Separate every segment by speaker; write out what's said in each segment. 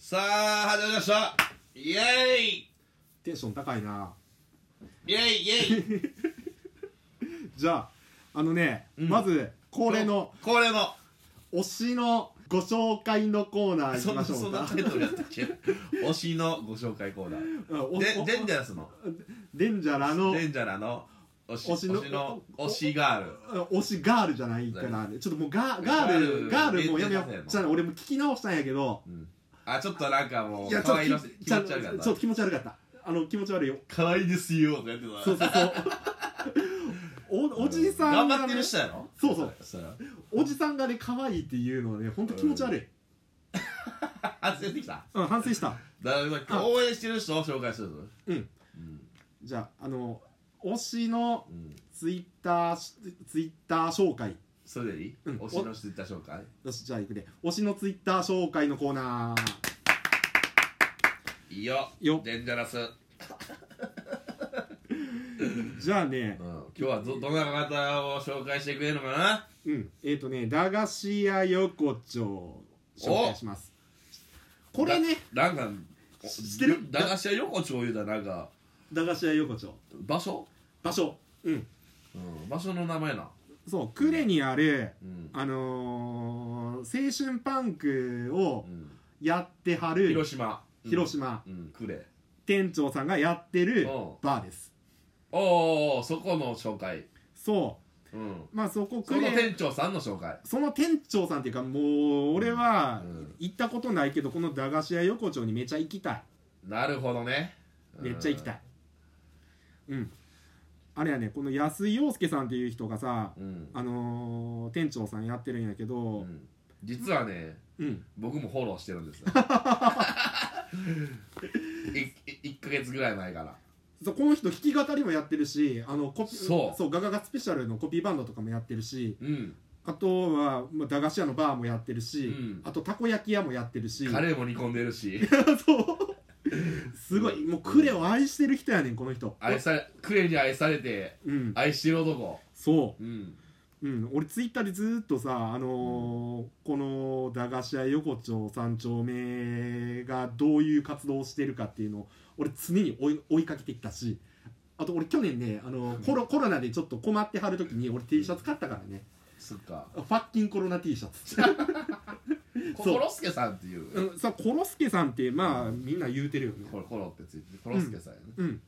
Speaker 1: さあ始まりましたイエーイ
Speaker 2: テンション高いな
Speaker 1: イエーイイエーイ
Speaker 2: じゃああのね、
Speaker 1: うん
Speaker 2: まず恒例の
Speaker 1: 恒例の
Speaker 2: 推しのご紹介のコーナーい
Speaker 1: そ
Speaker 2: き
Speaker 1: ん
Speaker 2: ま
Speaker 1: な
Speaker 2: しょ
Speaker 1: そん
Speaker 2: う
Speaker 1: な
Speaker 2: か
Speaker 1: タイトルやったっけ推しのご紹介コーナー
Speaker 2: うんお
Speaker 1: で
Speaker 2: お
Speaker 1: デンジャラスの
Speaker 2: デンジャラの
Speaker 1: デンジャラの推し推
Speaker 2: 推
Speaker 1: し
Speaker 2: し
Speaker 1: の
Speaker 2: の
Speaker 1: 推しガール
Speaker 2: うん推しガールじゃないからちょっともうガガール
Speaker 1: ガ
Speaker 2: ガ
Speaker 1: ール
Speaker 2: ールもうやめよ
Speaker 1: 限定させんの
Speaker 2: うじゃあ俺も聞き直したんやけど
Speaker 1: あちょっとなんかも
Speaker 2: いうやち
Speaker 1: 可
Speaker 2: ょっと
Speaker 1: 愛
Speaker 2: き
Speaker 1: いらしい気
Speaker 2: ちゃ
Speaker 1: 持
Speaker 2: ん
Speaker 1: ち
Speaker 2: ちょ
Speaker 1: 悪か
Speaker 2: っ
Speaker 1: っ
Speaker 2: と
Speaker 1: た
Speaker 2: 気持ち悪かったあの気持ち悪いよ
Speaker 1: 可愛いですよとかやってた
Speaker 2: そうそうそうおおじさ
Speaker 1: 頑
Speaker 2: んがね
Speaker 1: 張ってる人やろ
Speaker 2: そうそう
Speaker 1: そう
Speaker 2: おじさんがね可愛いっていうのはね本当気持ち悪い、
Speaker 1: あ出てきた
Speaker 2: うん、反省した
Speaker 1: だから応援してる人を紹介するぞ
Speaker 2: う
Speaker 1: う
Speaker 2: ん
Speaker 1: ん
Speaker 2: じゃああの推しの
Speaker 1: うん
Speaker 2: ツイッターしツイッター紹介
Speaker 1: それでいい
Speaker 2: うん
Speaker 1: 推しの人いた紹介
Speaker 2: よしじゃあいくで推しのツイッター紹介のコーナ
Speaker 1: いいよ
Speaker 2: よ
Speaker 1: デンジャラスう
Speaker 2: ーじゃあね
Speaker 1: ん今日はどどんな方を紹介してくれるのかな
Speaker 2: うんえっ、とね駄菓子屋横丁紹介しますこれね
Speaker 1: なんか
Speaker 2: 知ってる
Speaker 1: 駄菓子屋横丁言うたらなんか
Speaker 2: 駄菓子屋横丁
Speaker 1: 場所、
Speaker 2: 場所うん
Speaker 1: うん、場所の名前な
Speaker 2: そう呉にある
Speaker 1: うん、
Speaker 2: あのー、青春パンクを
Speaker 1: うん、
Speaker 2: やってはる
Speaker 1: 広島
Speaker 2: 広島、
Speaker 1: 島うん呉、うん、
Speaker 2: 店長さんがやってる
Speaker 1: おう
Speaker 2: バーです
Speaker 1: おうおうおうそこの紹介
Speaker 2: そ
Speaker 1: うん
Speaker 2: うまあそこ
Speaker 1: そ
Speaker 2: 呉
Speaker 1: の店長さんの紹介
Speaker 2: その店長さんっていうかもう俺は
Speaker 1: うん
Speaker 2: 行ったことないけどこの駄菓子屋横丁にめちゃ行きたい
Speaker 1: なるほどね
Speaker 2: めっちゃ行きた
Speaker 1: い
Speaker 2: いうんあれやねこの安井陽介さんっていう人がさ
Speaker 1: うん、
Speaker 2: あのー、店長さんやってるんやけ
Speaker 1: う
Speaker 2: ど
Speaker 1: ん、実はね
Speaker 2: うん
Speaker 1: 僕もフォローしてるん ですよいい1ヶ月ぐらい前から
Speaker 2: そうこの人弾き語りもやってるしあのコピ
Speaker 1: そう
Speaker 2: ガガガスペシャルのコピーバンドとかもやってるし
Speaker 1: うん
Speaker 2: あとは、まあ、駄菓子屋のバーもやってるし、
Speaker 1: うん
Speaker 2: あとたこ焼き屋もやってるし
Speaker 1: カレーも煮込んでるし
Speaker 2: そうすごいもうクレを愛してる人やねんこの人
Speaker 1: 愛され呉に愛されて
Speaker 2: うん
Speaker 1: 愛してる男
Speaker 2: そう
Speaker 1: うん
Speaker 2: うん、俺ツイッターでずーっとさ、あのーこの駄菓子屋横丁三丁目がどういう活動をしてるかっていうのを俺常に追い追いかけてきたしあと俺去年ね、あのーコロコロナでちょっと困ってはる時に俺 T シャツ買ったからね
Speaker 1: そっか
Speaker 2: ファッキンコロナ T シャツ、
Speaker 1: コ
Speaker 2: そう
Speaker 1: コロスケさんっていう、
Speaker 2: うん、さコロスケさんってまあみんな言うてるよね
Speaker 1: コロコロってついてるコロスケさんやね、
Speaker 2: うん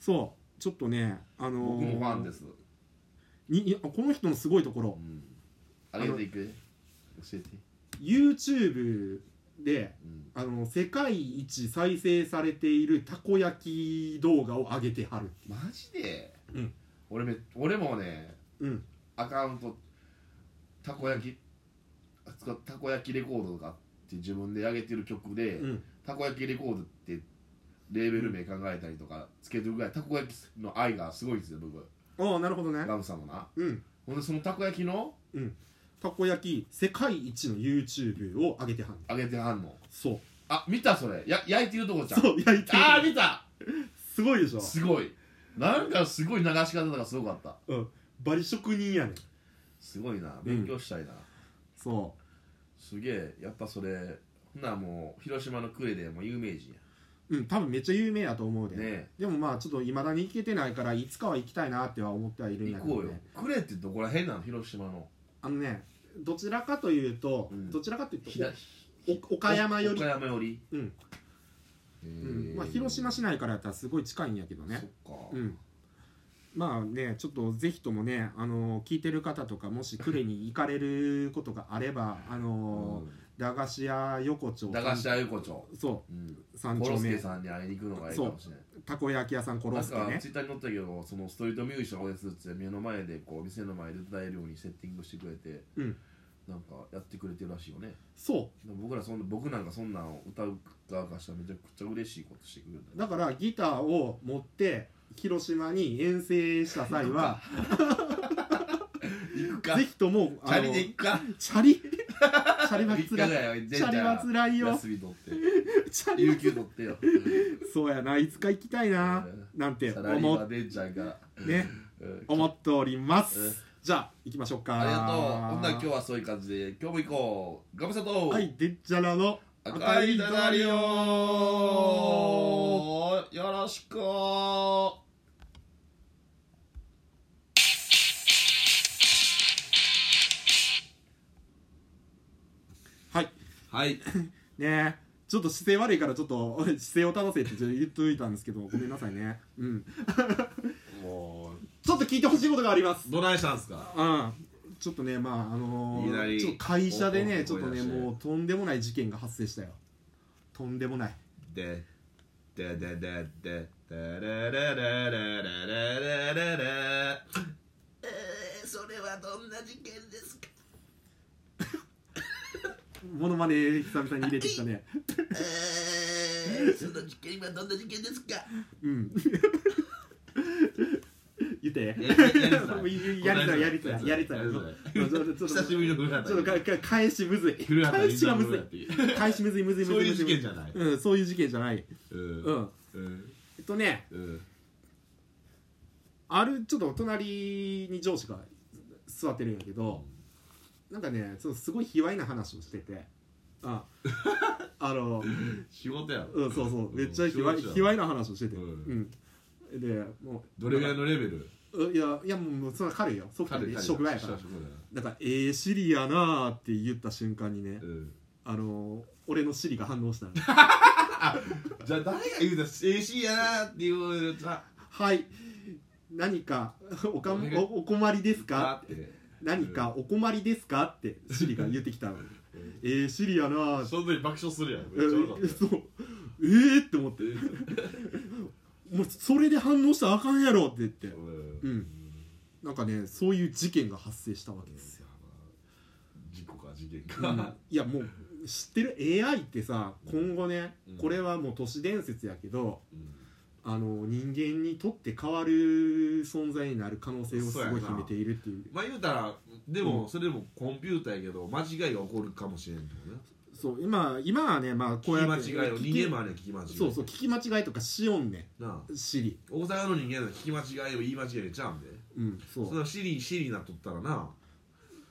Speaker 2: そうちょっとね、あのー
Speaker 1: 僕もファンですす、
Speaker 2: にいやこの人のすごいとこ
Speaker 1: う
Speaker 2: ろ
Speaker 1: ん、あげていく教えて、
Speaker 2: YouTube で
Speaker 1: うん、
Speaker 2: あの世界一再生されているたこ焼き動画を上げてはる
Speaker 1: マジで、
Speaker 2: うん
Speaker 1: 俺め俺もね
Speaker 2: うん
Speaker 1: アカウントたこ焼きあつかたこ焼きレコードとかって自分で上げてる曲で、
Speaker 2: うん
Speaker 1: たこ焼きレコードってレーベル名考えたりとかつけてるぐらいたこ焼きの愛がすごいんですよ僕
Speaker 2: ああなるほどね
Speaker 1: ガムさんもな
Speaker 2: うん
Speaker 1: ほんでそのたこ焼きの
Speaker 2: たこ焼き世界一の YouTube を上げてはる
Speaker 1: 上げてはんの
Speaker 2: そう
Speaker 1: あ見たそれや焼いてるとこじゃん
Speaker 2: そう焼いて
Speaker 1: ああ
Speaker 2: る
Speaker 1: 見た
Speaker 2: すごいでしょ、
Speaker 1: すごいなんかすごい流し方とかすごかった
Speaker 2: うん、バリ職人やねん
Speaker 1: すごいな
Speaker 2: うん
Speaker 1: 勉強したいな、
Speaker 2: そ
Speaker 1: すげえやっぱそれほなもう広島の呉でもう有名人
Speaker 2: ううん多分めっちゃ有名やと思うで、
Speaker 1: やね
Speaker 2: でもまあちょっといまだに行けてないからいつかは行きたいなっては思ってはいる
Speaker 1: 行
Speaker 2: んやけど
Speaker 1: こうよ
Speaker 2: ね
Speaker 1: 呉ってどこら辺なの広島の
Speaker 2: あのねどちらかというと、
Speaker 1: うん
Speaker 2: どちらかというと
Speaker 1: ひだ
Speaker 2: お岡山より
Speaker 1: 岡山より
Speaker 2: うん
Speaker 1: へ
Speaker 2: う
Speaker 1: ー
Speaker 2: んまあ、広島市内からやったらすごい近いんやけどね
Speaker 1: そっか、
Speaker 2: うん、まあねちょっとぜひともね、あの聞いてる方とかもし呉に行かれることがあれば、あの
Speaker 1: う
Speaker 2: 駄菓子屋横丁
Speaker 1: ん駄菓子屋横丁
Speaker 2: そ
Speaker 1: うん
Speaker 2: う三
Speaker 1: コ
Speaker 2: 丁
Speaker 1: ロスケ
Speaker 2: 目
Speaker 1: さんに会いに行くのがいいかもしれない
Speaker 2: たこ焼き屋さんコ
Speaker 1: な
Speaker 2: ロ
Speaker 1: ん
Speaker 2: スケね
Speaker 1: かツイッターに載ったけどそのストリートミュージシャンを応援するっつって目の前でこう店の前で歌えるようにセッティングしてくれて、
Speaker 2: うん
Speaker 1: なんかやってくれてるらしいよね
Speaker 2: そ
Speaker 1: でも僕らそんな僕なんかそんなんを歌う側からしたらめちゃくちゃ嬉しいことしてくれる
Speaker 2: うだからギターを持って広島に遠征した際は
Speaker 1: 行くか
Speaker 2: ぜひとも
Speaker 1: チャリで行
Speaker 2: チ
Speaker 1: くか
Speaker 2: ャリチャリは
Speaker 1: 3日
Speaker 2: つ
Speaker 1: ぐ
Speaker 2: らい
Speaker 1: らいは全
Speaker 2: チャリはつらいよ
Speaker 1: 休み取って
Speaker 2: チャリは
Speaker 1: 有給取ってよ
Speaker 2: そうやないつか行きたいななんて
Speaker 1: サラリー
Speaker 2: 思
Speaker 1: マ
Speaker 2: っ
Speaker 1: ンデンちゃんが、
Speaker 2: ね
Speaker 1: うん
Speaker 2: 思っておりま
Speaker 1: うん
Speaker 2: すじゃあ行きましょうか
Speaker 1: ありがとうほんなら今日はそういう感じで今日も行こうガムサト
Speaker 2: はい、デッチャラの
Speaker 3: 赤い隣をよろしく
Speaker 2: はい
Speaker 3: はい
Speaker 2: ねえちょっと姿勢悪いからちょっと 俺姿勢を正せってちょっと言っといたんですけどごめんなさいねうん
Speaker 3: も
Speaker 2: ちょっと聞いてほしいことがあります
Speaker 3: うどないしたんすか
Speaker 2: うんちょっとねまああのー
Speaker 3: いきなり
Speaker 2: ちょっと会社でねち
Speaker 3: お
Speaker 2: ょ
Speaker 3: お
Speaker 2: っ
Speaker 3: お
Speaker 2: とね
Speaker 3: 思い出して
Speaker 2: もうとんでもない事件が発生したよとんでもない
Speaker 3: ででででででれれれれれれれれえーそれはどんな事件ですか
Speaker 2: モノマネ久々に入れてきた ね
Speaker 3: えーその事件はどんな事件ですか
Speaker 2: うん 言って
Speaker 3: やりづらい
Speaker 2: やりたいやりたい やりたい
Speaker 3: や
Speaker 2: や
Speaker 3: り
Speaker 2: り
Speaker 3: づ
Speaker 2: た
Speaker 3: らい
Speaker 2: いちょっとちょっと
Speaker 3: 久しぶりの古畑
Speaker 2: ちょっとかか返しむずい
Speaker 3: 古畑
Speaker 2: 返
Speaker 3: 任
Speaker 2: しが
Speaker 3: 三
Speaker 2: むず
Speaker 3: 郎やっ
Speaker 2: い
Speaker 3: て
Speaker 2: 返しむずいむずいむずい
Speaker 3: そういう
Speaker 2: むず
Speaker 3: 事件じゃない
Speaker 2: うんそういう事件じゃない
Speaker 3: うん
Speaker 2: うん
Speaker 3: うん
Speaker 2: えっとね
Speaker 3: うん
Speaker 2: あるちょっと隣に上司が座ってるんやけどなんかねそうすごい卑猥な話をしててあ あの
Speaker 3: 仕事やろ
Speaker 2: うんそうそうめっちゃ卑猥
Speaker 3: 仕事やろ
Speaker 2: 卑猥な話をしてて
Speaker 3: うん
Speaker 2: うんでもう
Speaker 3: どれぐらいのレベル
Speaker 2: うんいやいやもうそれは軽いよ即
Speaker 3: 彼彼
Speaker 2: 職場やから
Speaker 3: 職場や
Speaker 2: なんか「ええシリやな」って言った瞬間にね
Speaker 3: うん
Speaker 2: あの俺のシリが反応したの
Speaker 3: じゃあ誰が言うたら AC やなっていうさ
Speaker 2: はい何かおか
Speaker 3: お願い
Speaker 2: おお困りですか
Speaker 3: あって
Speaker 2: 何かお困りですかってシリが言ってきたのえー、シリやなぁ
Speaker 3: その時爆笑するやん
Speaker 2: え
Speaker 3: めっちゃ笑
Speaker 2: ー
Speaker 3: っ
Speaker 2: そうえーって思 って
Speaker 3: たよ
Speaker 2: もうそれで反応したらあかんやろって言って
Speaker 3: う
Speaker 2: うんんなんかねそういう事件が発生したわけですよ、
Speaker 3: 事故か事件
Speaker 2: うん
Speaker 3: か
Speaker 2: いやもう知ってる AI ってさ今後ね、
Speaker 3: うん
Speaker 2: これはもう都市伝説やけど
Speaker 3: うん
Speaker 2: あの人間にとって変わる存在になる可能性をすごい秘めているっていう
Speaker 3: まあ言うたらでもそれでもコンピューターやけど間違いが起こるかもしれんってことね
Speaker 2: そう今今はねまあこうやって
Speaker 3: 聞き間違いを人間もあるやん聞き間違い
Speaker 2: そうそう聞き間違いとかしよんね
Speaker 3: なあ
Speaker 2: んシリ
Speaker 3: 大阪の人間は聞き間違いを言い間違いでちゃうんで
Speaker 2: うんそう
Speaker 3: そんなシリシリなっとったらな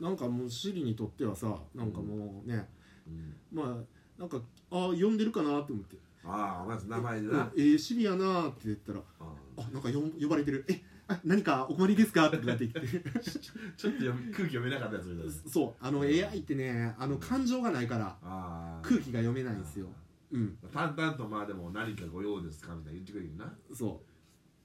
Speaker 2: なんかもうシリにとってはさなんかもうね、
Speaker 3: うん
Speaker 2: まあなんかああ呼んでるかなって思って
Speaker 3: ああまず名前
Speaker 2: 「
Speaker 3: で
Speaker 2: うん
Speaker 3: な
Speaker 2: えー、シリやな」って言ったら「
Speaker 3: あ
Speaker 2: あなんか呼ん呼ばれてるえあ何かお困りですか?」ってなってきて
Speaker 3: あちょっと読み空気読めなかったやつみたいな
Speaker 2: そうあの AI ってねあの感情がないから
Speaker 3: ああ
Speaker 2: 空気が読めないんですようん
Speaker 3: 淡々とまあでも何かご用ですかみたいな言ってくれるな、
Speaker 2: そ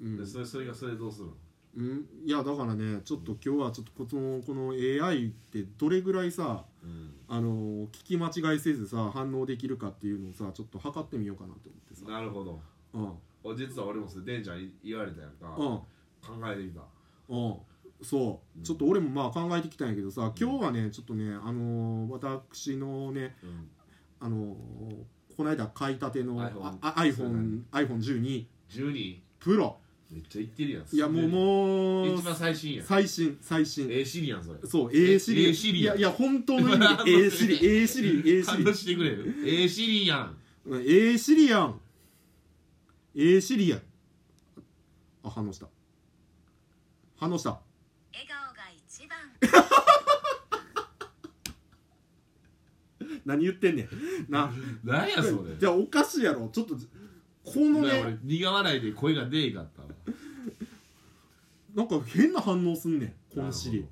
Speaker 2: う、うん
Speaker 3: でそれそれがそれどうするの
Speaker 2: うん、いやだからねちょっと今日はちょっとこのこの AI ってどれぐらいさ
Speaker 3: うん
Speaker 2: あの聞き間違いせずさ反応できるかっていうのをさちょっと測ってみようかなと思ってさ
Speaker 3: なるほど
Speaker 2: うん
Speaker 3: お実は俺もそれデンちゃんに言われたやんか、
Speaker 2: う
Speaker 3: 考
Speaker 2: ん
Speaker 3: えてきた
Speaker 2: うん、そう、
Speaker 3: うん
Speaker 2: ちょっと俺もまあ考えてきたんやけどさ今日はねちょっとねあのー私のね
Speaker 3: うん
Speaker 2: あのーこの間買いたての
Speaker 3: iPhone
Speaker 2: ああ iPhone iPhone12
Speaker 3: 12
Speaker 2: Pro
Speaker 3: めっちゃ言ってるやん
Speaker 2: いやもう
Speaker 3: う
Speaker 2: もう
Speaker 3: 一番最新やん
Speaker 2: 最新最新
Speaker 3: ええシリやんそれ
Speaker 2: そう
Speaker 3: え
Speaker 2: A シリ
Speaker 3: A シリ
Speaker 2: いやいや本当 の意味で A シリ A シリ A シ
Speaker 3: 感
Speaker 2: リ
Speaker 3: 動してくれるええシリやん
Speaker 2: うん A シリやん A シリやんあ反応した反応した
Speaker 4: 笑顔が一番
Speaker 2: 何言ってんねんな
Speaker 3: 何やそれ
Speaker 2: じゃあおかしいやろちょっとこの
Speaker 3: な
Speaker 2: ね
Speaker 3: 俺苦笑いで声が出えかったわ
Speaker 2: なんか変な反応すんねんこのシリ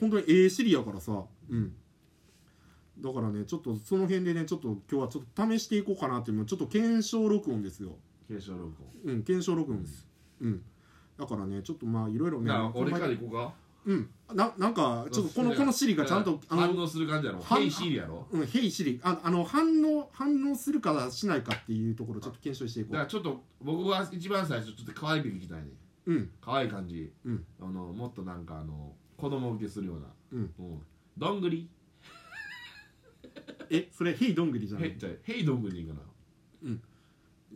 Speaker 2: 本当に A シリやからさうんだからねちょっとその辺でねちょっと今日はちょっと試していこうかなっていうのちょっと検証録音ですよ
Speaker 3: 検証録音
Speaker 2: うん検証録音ですうんだからねちょっとまあいろいろね
Speaker 3: じゃあ
Speaker 2: 考え
Speaker 3: 俺から行こうか
Speaker 2: うんななんかちょっとこのこのシリがちゃんとあ
Speaker 3: 反
Speaker 2: の
Speaker 3: 応する感じやろ
Speaker 2: 反
Speaker 3: ヘイシリやろ
Speaker 2: うん、ヘイシリああの反応反応するかしないかっていうところちょっと検証していこ
Speaker 3: だからちょっと僕が一番最初ちょっと可愛く聞きたいね
Speaker 2: ううん
Speaker 3: 可愛い感じ、
Speaker 2: うん
Speaker 3: あのもっとなんかあの子供受けするような
Speaker 2: うん
Speaker 3: どんぐり
Speaker 2: えそれヘイどんぐりじゃな
Speaker 3: へ
Speaker 2: い
Speaker 3: じゃあヘイどんぐりでいいかな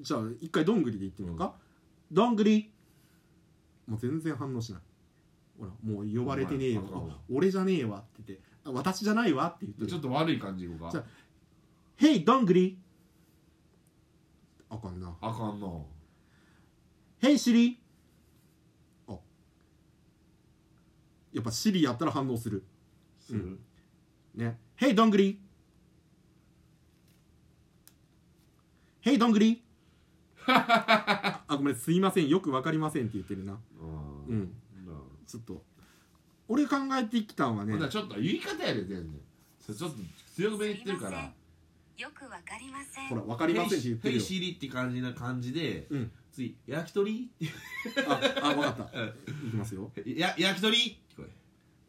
Speaker 2: じゃあ一回どんぐりで言ってみようか、どんぐりもう全然反応しないほらもう呼ばれてねえよ
Speaker 3: お前
Speaker 2: あ俺じゃねえわって言ってあ私じゃないわって言って
Speaker 3: で
Speaker 2: る
Speaker 3: ちょっと悪い感じいこう
Speaker 2: じゃ
Speaker 3: か
Speaker 2: あヘイどんぐりあかんな
Speaker 3: あかんな
Speaker 2: ヘイシリあやっぱシリやったら反応する
Speaker 3: する、
Speaker 2: ねヘイどんぐり「ヘイどんぐり」あごめんすいませんよくわかりませんって言ってるな
Speaker 3: あ
Speaker 2: う
Speaker 3: ー
Speaker 2: ん
Speaker 3: なるほど
Speaker 2: ちょっと俺考えてきたんはね
Speaker 3: ほんならちょっと言い方やで全然それちょっと強めに言ってるから
Speaker 4: よくわかりません
Speaker 2: ほらわかりませんって言って
Speaker 3: ヘ
Speaker 2: る
Speaker 3: イ
Speaker 2: よ
Speaker 3: シリって感じな感じで、
Speaker 2: うん
Speaker 3: 次焼き鳥 って
Speaker 2: ああわかったいきますよ
Speaker 3: や焼き鳥ってこれ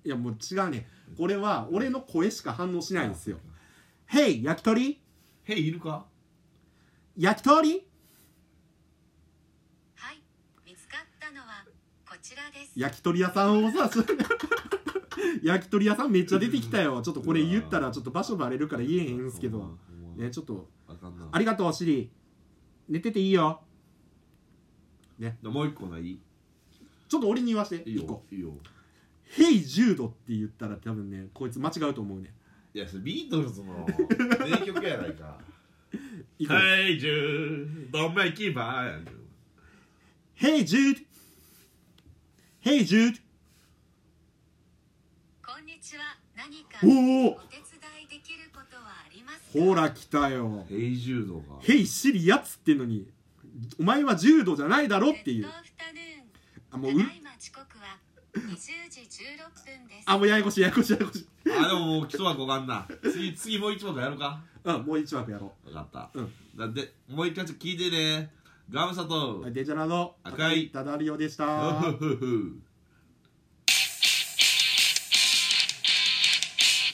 Speaker 2: いやもう違うねこれは俺の声しか反応しないんですよ「ヘイ焼き鳥
Speaker 3: ヘイいるか
Speaker 2: 焼き鳥
Speaker 4: はい見つかったのはこちらです
Speaker 2: 焼き鳥屋さんをさ 焼き鳥屋さんめっちゃ出てきたよちょっとこれ言ったらちょっと場所バレるから言えへんすけどねちょっと
Speaker 3: あかんな
Speaker 2: ありがとうシリ寝てていいよ
Speaker 3: もう一個ない
Speaker 2: ちょっと俺に言わせて
Speaker 3: いい
Speaker 2: 一個
Speaker 3: よいいよ
Speaker 2: 「ヘイ10度」って言ったら多分ねこいつ間違うと思うね
Speaker 3: いやそれビートルズの名曲やないか
Speaker 2: いくよ
Speaker 3: ヘイジュードンメイキーバーやんけ
Speaker 2: 「ヘイ10」「ヘイ10
Speaker 4: こんにちは何か」お
Speaker 2: おお
Speaker 4: 手伝いできることはありますか
Speaker 2: ほら来たよ
Speaker 3: ヘイジュード
Speaker 2: 「
Speaker 3: が
Speaker 2: ヘイシリや」っつってんのにお前は10度じゃないだろってい
Speaker 4: グ
Speaker 2: う
Speaker 4: ッドアフタヌーン
Speaker 2: あもうう
Speaker 4: ただいま遅刻は20時16分です
Speaker 2: あもうややこしいややこしいややこしい
Speaker 3: あでももう一枠わかんな次次もう一枠やるか
Speaker 2: うんもう一枠やろ
Speaker 3: わかった、
Speaker 2: うん
Speaker 3: なんでもう一回ちょっと聞いてねガムサと
Speaker 2: うはいデジャラの
Speaker 3: 赤い
Speaker 2: ダダリオでし
Speaker 3: ふ
Speaker 2: た
Speaker 3: ふふ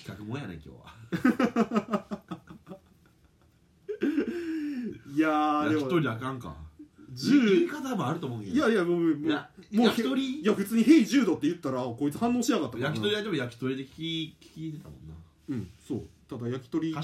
Speaker 3: 企画もんやね今日
Speaker 2: いや
Speaker 3: は
Speaker 2: ーで
Speaker 3: 焼き
Speaker 2: も
Speaker 3: 鳥あかんか言い
Speaker 2: 10
Speaker 3: 方もあると思うけど
Speaker 2: いやいやもうもう
Speaker 3: いや
Speaker 2: もう
Speaker 3: 焼き鳥
Speaker 2: いや普通に「ヘイ10度」って言ったらこいつ反応しやがったからな
Speaker 3: 焼き鳥屋でも焼き鳥で聞き聞いてたもんな
Speaker 2: うんそうただ焼き鳥
Speaker 3: 賢